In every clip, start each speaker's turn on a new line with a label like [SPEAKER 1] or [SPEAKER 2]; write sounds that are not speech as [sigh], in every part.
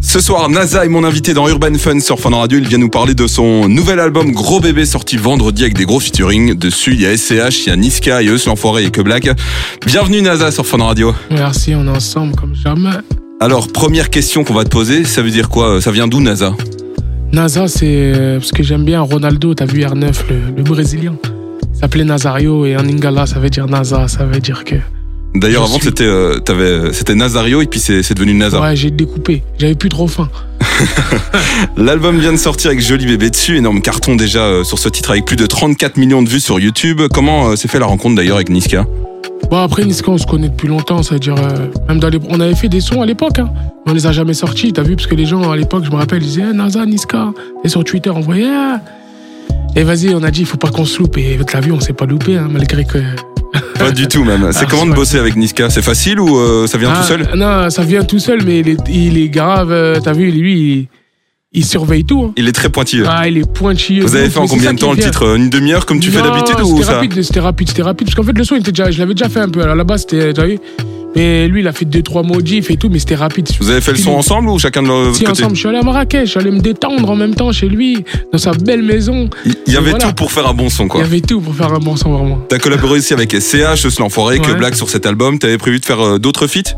[SPEAKER 1] Ce soir, NASA est mon invité dans Urban Fun sur Fun Radio. Il vient nous parler de son nouvel album Gros Bébé sorti vendredi avec des gros featuring. Dessus, il y a SCH, il y a Niska, il y a Eus l'Enfoiré et Que Black. Bienvenue NASA sur Fun Radio.
[SPEAKER 2] Merci, on est ensemble comme jamais.
[SPEAKER 1] Alors, première question qu'on va te poser, ça veut dire quoi Ça vient d'où NASA
[SPEAKER 2] NASA, c'est euh, parce que j'aime bien Ronaldo, t'as vu R9, le, le Brésilien. Il s'appelait Nazario et en Lingala, ça veut dire NASA, ça veut dire que.
[SPEAKER 1] D'ailleurs,
[SPEAKER 2] Je
[SPEAKER 1] avant,
[SPEAKER 2] suis-
[SPEAKER 1] c'était euh, t'avais- c'était Nazario et puis c'est c'est devenu NASA.
[SPEAKER 2] Ouais, j'ai découpé, j'avais plus trop faim.
[SPEAKER 1] L'album vient de sortir avec Joli Bébé dessus, énorme carton déjà euh, sur ce titre avec plus de 34 millions de vues sur YouTube. Comment euh, s'est fait la rencontre d'ailleurs avec Niska
[SPEAKER 2] Bon, après, Niska, on se connaît depuis longtemps, ça veut dire. euh, même dans les... On avait fait des sons à l'époque, hein, mais on les a jamais sortis, t'as vu, parce que les gens à l'époque, je me rappelle, ils disaient Eh, NASA, Niska. Et sur Twitter, on voyait. Ah. Et vas-y, on a dit, il faut pas qu'on se loupe. Et t'as vu, on s'est pas loupé, hein, malgré que.
[SPEAKER 1] Pas du tout même. C'est
[SPEAKER 2] Ah,
[SPEAKER 1] comment
[SPEAKER 2] c'est
[SPEAKER 1] de
[SPEAKER 2] pas-
[SPEAKER 1] bosser avec Niska C'est facile ou euh, ça vient
[SPEAKER 2] Ah,
[SPEAKER 1] tout seul
[SPEAKER 2] Non, ça vient tout seul, mais il est, il est grave. euh, T'as vu, lui, il, il surveille tout. hein.
[SPEAKER 1] Il est très pointilleux.
[SPEAKER 2] Ah, il est pointilleux.
[SPEAKER 1] Vous avez
[SPEAKER 2] Donc,
[SPEAKER 1] fait en
[SPEAKER 2] mais c'est
[SPEAKER 1] combien
[SPEAKER 2] ça
[SPEAKER 1] de
[SPEAKER 2] qui
[SPEAKER 1] temps le
[SPEAKER 2] vient.
[SPEAKER 1] titre euh, Une demi-heure comme tu fais
[SPEAKER 2] Non,
[SPEAKER 1] d'habitude ou
[SPEAKER 2] C'était
[SPEAKER 1] ça
[SPEAKER 2] rapide, c'était rapide, c'était rapide. Parce qu'en fait, le son, il était déjà, je l'avais déjà fait un peu. Alors là-bas, c'était, t'as vu. Mais lui, il a fait deux, trois modifs et tout, mais c'était rapide.
[SPEAKER 1] Vous avez fait le son ensemble ou chacun de votre
[SPEAKER 2] Si,
[SPEAKER 1] côté
[SPEAKER 2] ensemble, je suis allé à Marrakech, je suis allé me détendre en même temps chez lui, dans sa belle maison.
[SPEAKER 1] Il il y avait
[SPEAKER 2] Voilà.
[SPEAKER 1] tout pour faire un bon son
[SPEAKER 2] Il y
[SPEAKER 1] quoi.
[SPEAKER 2] avait tout pour faire un bon son, vraiment.
[SPEAKER 1] T'as collaboré aussi avec SCH, Eus l'Enfoiré, que
[SPEAKER 2] Ouais.
[SPEAKER 1] Black sur cet album. T'avais prévu de faire euh, d'autres feats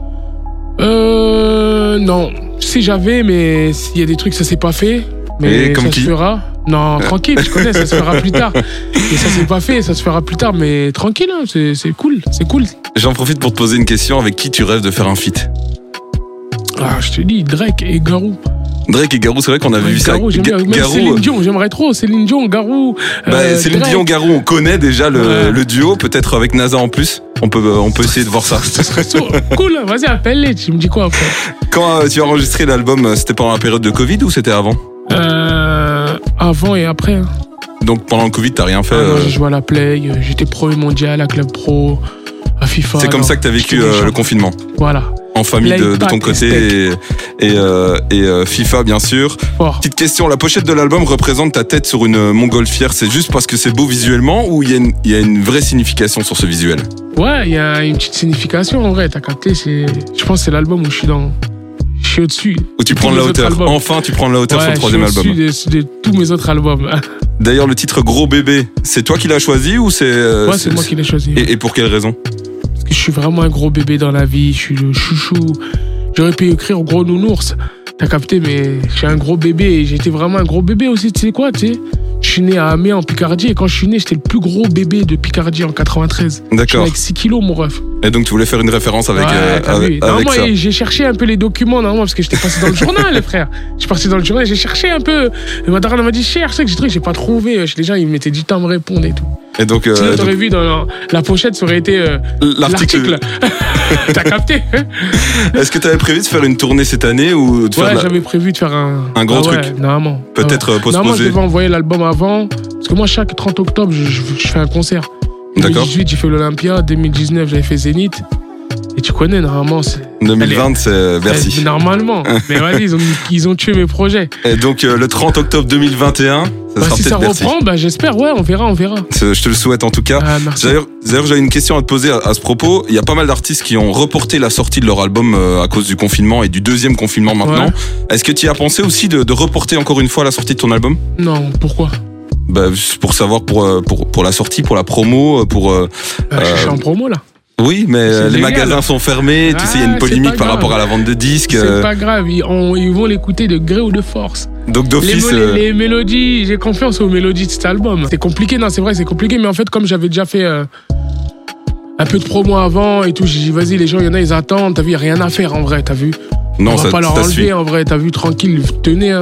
[SPEAKER 2] Euh. Non. Si j'avais, mais s'il y a des trucs, ça s'est pas fait. Mais
[SPEAKER 1] Et comme
[SPEAKER 2] ça
[SPEAKER 1] qui Euh.
[SPEAKER 2] se fera. Non, tranquille, je connais, ça se fera plus
[SPEAKER 1] [laughs]
[SPEAKER 2] tard. Et ça s'est pas fait, ça se fera plus tard, mais tranquille, hein, c'est c'est cool, c'est cool.
[SPEAKER 1] J'en profite pour te poser une question. Avec qui tu rêves de faire un feat
[SPEAKER 2] Ah, je te dis, Drake et Garou.
[SPEAKER 1] Drake et Garou, c'est vrai qu'on avait vu ça.
[SPEAKER 2] Garou, j'aime
[SPEAKER 1] Ga-
[SPEAKER 2] bien. Même
[SPEAKER 1] Garou, euh.
[SPEAKER 2] Céline Dion, j'aimerais trop. Céline Dion, Garou.
[SPEAKER 1] Bah,
[SPEAKER 2] euh,
[SPEAKER 1] Céline
[SPEAKER 2] Drake.
[SPEAKER 1] Dion Garou, on connaît déjà le,
[SPEAKER 2] Ouais.
[SPEAKER 1] le duo, peut-être avec NASA en plus. On peut, euh, on peut essayer de voir ça.
[SPEAKER 2] [laughs] Ce
[SPEAKER 1] [laughs]
[SPEAKER 2] serait so- cool, hein, vas-y, appelle-les, tu me dis quoi après
[SPEAKER 1] Quand euh, tu as enregistré l'album, euh, c'était pendant la période de Covid ou c'était avant
[SPEAKER 2] euh, Avant et après. hein.
[SPEAKER 1] Donc pendant le Covid, t'as rien fait.
[SPEAKER 2] Ah non,
[SPEAKER 1] euh,
[SPEAKER 2] J'ai joué à la Play, euh, j'étais pro et mondial à Club Pro, à FIFA.
[SPEAKER 1] c'est comme
[SPEAKER 2] non,
[SPEAKER 1] ça que t'as vécu
[SPEAKER 2] j'étais
[SPEAKER 1] euh,
[SPEAKER 2] méchant.
[SPEAKER 1] le confinement,
[SPEAKER 2] Voilà,
[SPEAKER 1] en famille de,
[SPEAKER 2] Play,
[SPEAKER 1] de ton
[SPEAKER 2] pack,
[SPEAKER 1] côté et, et, euh, et, euh, FIFA bien sûr.
[SPEAKER 2] fort.
[SPEAKER 1] Petite question, la pochette de l'album représente ta tête sur une euh, montgolfière, c'est juste parce que c'est beau visuellement ou il y, a une- il y a une vraie signification sur ce visuel
[SPEAKER 2] Ouais, il y a une petite signification en vrai, t'as capté. c'est- Je pense que c'est l'album où je suis dans. Je suis au-dessus.
[SPEAKER 1] Ou tu
[SPEAKER 2] Tous
[SPEAKER 1] prends de la
[SPEAKER 2] les autres
[SPEAKER 1] hauteur
[SPEAKER 2] albums.
[SPEAKER 1] Enfin tu prends de la hauteur sur
[SPEAKER 2] Ouais,
[SPEAKER 1] le
[SPEAKER 2] je
[SPEAKER 1] troisième
[SPEAKER 2] suis
[SPEAKER 1] album.
[SPEAKER 2] au-dessus de, de tous mes autres albums.
[SPEAKER 1] D'ailleurs, le titre Gros Bébé, c'est toi qui l'as choisi ou c'est. euh,
[SPEAKER 2] ouais, c'est moi qui l'ai choisi.
[SPEAKER 1] Et, et pour quelle raison
[SPEAKER 2] Parce que je suis vraiment un gros bébé dans la vie, je suis le chouchou. J'aurais pu écrire gros nounours, t'as capté, mais je suis un gros bébé et j'étais vraiment un gros bébé aussi, tu sais quoi, tu sais. Je suis né à Amé en Picardie et quand je suis né, j'étais le plus gros bébé de Picardie en 93. Je suis né
[SPEAKER 1] D'accord.
[SPEAKER 2] avec 6 kilos, mon ref.
[SPEAKER 1] Et donc, tu voulais faire une référence avec,
[SPEAKER 2] Ouais,
[SPEAKER 1] euh,
[SPEAKER 2] t'as vu.
[SPEAKER 1] avec, avec
[SPEAKER 2] Normalement,
[SPEAKER 1] ça.
[SPEAKER 2] et j'ai cherché un peu les documents, normalement, parce que j'étais passé dans le journal, [laughs] les frères. Je suis parti dans le journal, j'ai cherché un peu. Et ma daronne elle m'a dit, cherche, c'est que j'ai truc, j'ai pas trouvé. Euh, Les gens, ils mettaient du temps à me répondre et tout.
[SPEAKER 1] Et donc, euh,
[SPEAKER 2] Sinon,
[SPEAKER 1] donc,
[SPEAKER 2] t'aurais vu dans la, la pochette, ça aurait été euh,
[SPEAKER 1] l'article.
[SPEAKER 2] l'article.
[SPEAKER 1] [laughs]
[SPEAKER 2] T'as capté hein
[SPEAKER 1] Est-ce que tu avais prévu de faire une tournée cette année ou de faire
[SPEAKER 2] Ouais,
[SPEAKER 1] de la-
[SPEAKER 2] j'avais prévu de faire un.
[SPEAKER 1] Un gros
[SPEAKER 2] Ah ouais,
[SPEAKER 1] truc.
[SPEAKER 2] Normalement.
[SPEAKER 1] peut-être euh,
[SPEAKER 2] Ah ouais. Normalement, je
[SPEAKER 1] postposer
[SPEAKER 2] devais envoyer l'album avant. Parce que moi, chaque 30 octobre, je, je- je fais un concert.
[SPEAKER 1] D'accord.
[SPEAKER 2] 2018, j'ai fait l'Olympia. 2019, j'avais fait Zénith. Et tu connais, normalement, c'est.
[SPEAKER 1] 2020, c'est euh,
[SPEAKER 2] Eh,
[SPEAKER 1] Bercy. [laughs]
[SPEAKER 2] Normalement. Mais vas-y, ils ont, ils ont tué mes projets.
[SPEAKER 1] Et donc, euh, le 30 octobre 2021, ça
[SPEAKER 2] Bah,
[SPEAKER 1] sera
[SPEAKER 2] si ça
[SPEAKER 1] peut-être Bercy.
[SPEAKER 2] reprend, bah, j'espère, ouais, on verra, on verra.
[SPEAKER 1] C'est- Je te le souhaite en tout cas.
[SPEAKER 2] Ah, merci.
[SPEAKER 1] D'ailleurs, d'ailleurs, j'avais une question à te poser à, à ce propos. Il y a pas mal d'artistes qui ont reporté la sortie de leur album euh, à cause du confinement et du deuxième confinement maintenant.
[SPEAKER 2] Ouais.
[SPEAKER 1] Est-ce que tu y as pensé aussi de, de reporter encore une fois la sortie de ton album
[SPEAKER 2] Non, pourquoi
[SPEAKER 1] bah, juste Pour savoir pour, euh, pour, pour la sortie, pour la promo, euh, pour... euh,
[SPEAKER 2] Bah,
[SPEAKER 1] Euh,
[SPEAKER 2] Je suis en promo, là.
[SPEAKER 1] Oui, mais euh, les
[SPEAKER 2] légal.
[SPEAKER 1] magasins sont fermés, tu sais, il y a une
[SPEAKER 2] Ah, c'est
[SPEAKER 1] polémique
[SPEAKER 2] pas
[SPEAKER 1] par
[SPEAKER 2] grave.
[SPEAKER 1] rapport à la vente de disques.
[SPEAKER 2] C'est
[SPEAKER 1] euh,
[SPEAKER 2] pas grave, ils, on- ils vont l'écouter de gré ou de force.
[SPEAKER 1] donc
[SPEAKER 2] Les,
[SPEAKER 1] d'office...
[SPEAKER 2] mots, les-
[SPEAKER 1] euh,
[SPEAKER 2] les mélodies, j'ai confiance aux mélodies de cet album. C'est compliqué, non, c'est vrai, c'est compliqué, mais en fait, comme j'avais déjà fait euh, un peu de promo avant et tout, j'ai dit, vas-y, les gens, il y en a, ils attendent, t'as vu, y a rien à faire en vrai, t'as vu.
[SPEAKER 1] Non,
[SPEAKER 2] on va
[SPEAKER 1] ça,
[SPEAKER 2] pas leur
[SPEAKER 1] ça suit.
[SPEAKER 2] enlever en vrai, t'as vu, tranquille, tenez. Hein.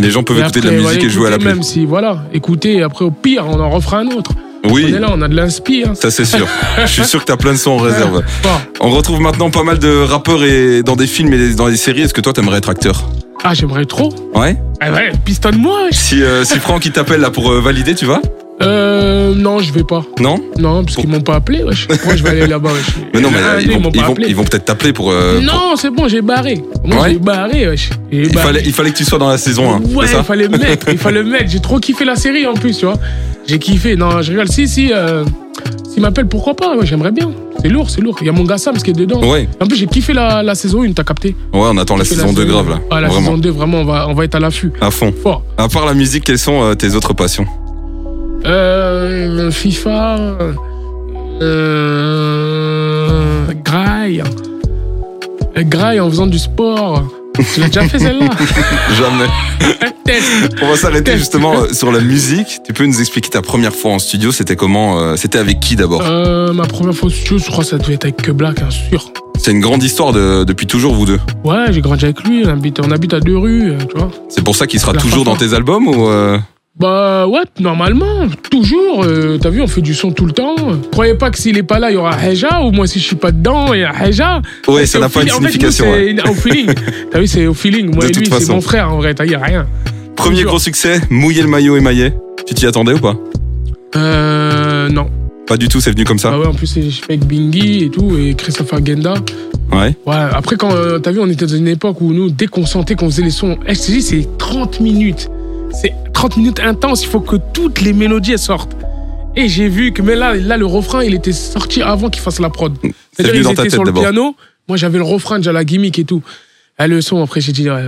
[SPEAKER 1] Les gens peuvent
[SPEAKER 2] Et
[SPEAKER 1] écouter de la
[SPEAKER 2] après,
[SPEAKER 1] musique
[SPEAKER 2] voilà,
[SPEAKER 1] et jouer à la
[SPEAKER 2] écoutez,
[SPEAKER 1] pluie.
[SPEAKER 2] Même si, voilà, écoutez, et après, au pire, on en refera un autre. On
[SPEAKER 1] Oui,
[SPEAKER 2] est là, on a de l'inspire.
[SPEAKER 1] ça c'est sûr. Je suis sûr que t'as plein de sons en réserve.
[SPEAKER 2] Bon.
[SPEAKER 1] On retrouve maintenant pas mal de rappeurs et dans des films et dans des séries. Est-ce que toi t'aimerais être acteur
[SPEAKER 2] Ah, j'aimerais trop.
[SPEAKER 1] Ouais.
[SPEAKER 2] Eh ouais, pistonne-moi. wesh.
[SPEAKER 1] Si euh, si Franck il t'appelle là pour euh, valider, tu vas
[SPEAKER 2] Euh, non, je vais pas.
[SPEAKER 1] Non
[SPEAKER 2] Non, parce qu'ils m'ont pas appelé, wesh. Moi, je vais aller là-bas, wesh.
[SPEAKER 1] Mais non, mais
[SPEAKER 2] Ah,
[SPEAKER 1] euh, ils
[SPEAKER 2] non,
[SPEAKER 1] vont
[SPEAKER 2] m'ont
[SPEAKER 1] ils
[SPEAKER 2] pas
[SPEAKER 1] vont
[SPEAKER 2] appelé.
[SPEAKER 1] ils vont peut-être t'appeler pour. euh, pour-
[SPEAKER 2] non, c'est bon, j'ai barré. Moi,
[SPEAKER 1] Ouais.
[SPEAKER 2] j'ai barré, wesh. J'ai
[SPEAKER 1] Il
[SPEAKER 2] barré.
[SPEAKER 1] fallait il fallait que tu sois dans la saison 1.
[SPEAKER 2] ouais,
[SPEAKER 1] c'est ça
[SPEAKER 2] il fallait le mettre, il fallait le mettre. J'ai trop kiffé la série en plus, tu vois. J'ai kiffé. Non, je rigole. Si, si, euh, S'il m'appelle, pourquoi pas Ouais, j'aimerais bien. C'est lourd, c'est lourd. Il y a mon gars Sam qui est dedans.
[SPEAKER 1] Ouais, ouais,
[SPEAKER 2] En plus, j'ai kiffé la, la saison 1, t'as capté
[SPEAKER 1] on attend la
[SPEAKER 2] J'ai fait
[SPEAKER 1] saison 2 grave là.
[SPEAKER 2] Ah, la
[SPEAKER 1] Vraiment.
[SPEAKER 2] saison 2, vraiment, on va, on va être à l'affût.
[SPEAKER 1] À fond.
[SPEAKER 2] Fort.
[SPEAKER 1] À part la musique, quelles sont euh, tes autres passions
[SPEAKER 2] Euh, FIFA. Euh, graille. Euh, Graille en faisant du sport. Tu l'as déjà fait celle-là [laughs]
[SPEAKER 1] Jamais.
[SPEAKER 2] Test.
[SPEAKER 1] On va s'arrêter justement euh, sur la musique. Tu peux nous expliquer ta première fois en studio, c'était comment euh, C'était avec qui d'abord
[SPEAKER 2] Euh, ma première fois au studio, je crois que ça devait être avec Que Black, hein, sûr.
[SPEAKER 1] C'est une grande histoire de- depuis toujours, vous deux.
[SPEAKER 2] Ouais, j'ai grandi avec lui, on habite, on habite à deux rues, euh, tu vois.
[SPEAKER 1] C'est pour ça qu'il sera
[SPEAKER 2] La
[SPEAKER 1] toujours dans
[SPEAKER 2] première
[SPEAKER 1] tes albums ou euh,
[SPEAKER 2] Bah ouais, normalement, toujours. euh, T'as vu, on fait du son tout le temps. Croyez pas que s'il est pas là, il y aura Heja, ou moi si je suis pas dedans, il y a Heja.
[SPEAKER 1] Ouais,
[SPEAKER 2] Parce
[SPEAKER 1] ça
[SPEAKER 2] que
[SPEAKER 1] n'a
[SPEAKER 2] au
[SPEAKER 1] pas une
[SPEAKER 2] feeling- en fait, nous,
[SPEAKER 1] signification. ouais.
[SPEAKER 2] c'est
[SPEAKER 1] [laughs]
[SPEAKER 2] au feeling. T'as vu, c'est au feeling.
[SPEAKER 1] De
[SPEAKER 2] Moi et lui,
[SPEAKER 1] toute
[SPEAKER 2] c'est
[SPEAKER 1] façon.
[SPEAKER 2] mon frère en vrai, t'as y a rien.
[SPEAKER 1] hein. Premier
[SPEAKER 2] toujours.
[SPEAKER 1] gros succès, mouiller le maillot émaillé. Tu t'y attendais ou pas
[SPEAKER 2] Euh. Non.
[SPEAKER 1] Pas du tout, c'est venu comme
[SPEAKER 2] Bah
[SPEAKER 1] ça.
[SPEAKER 2] ouais, en plus, j'ai fait avec Bingy et tout, et Christopher Genda.
[SPEAKER 1] Ouais.
[SPEAKER 2] Ah Ouais, après, quand euh, t'as vu, on était dans une époque où nous, dès qu'on sentait qu'on faisait les sons, eh, je te dis, c'est 30 minutes. C'est 30 minutes intenses, il faut que toutes les mélodies elles sortent. Et j'ai vu que, mais là, là, le refrain, il était sorti avant qu'il fasse la prod.
[SPEAKER 1] C'est
[SPEAKER 2] C'est-à-dire,
[SPEAKER 1] venu
[SPEAKER 2] ils
[SPEAKER 1] dans ta
[SPEAKER 2] étaient
[SPEAKER 1] tête
[SPEAKER 2] sur le
[SPEAKER 1] d'abord.
[SPEAKER 2] piano, moi j'avais le refrain, déjà la gimmick et tout. Ah, le son, après, j'ai dit, ouais, ouais.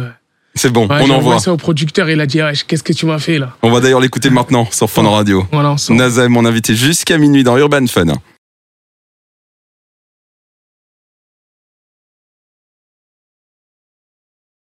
[SPEAKER 1] C'est bon, on
[SPEAKER 2] Ouais, j'ai
[SPEAKER 1] envoie.
[SPEAKER 2] envoyé ça au producteur, il a dit, ah, qu'est-ce que tu m'as fait là
[SPEAKER 1] On va d'ailleurs l'écouter maintenant sur Fun Radio.
[SPEAKER 2] Voilà, on sort.
[SPEAKER 1] Naza est mon invité jusqu'à minuit dans Urban Fun.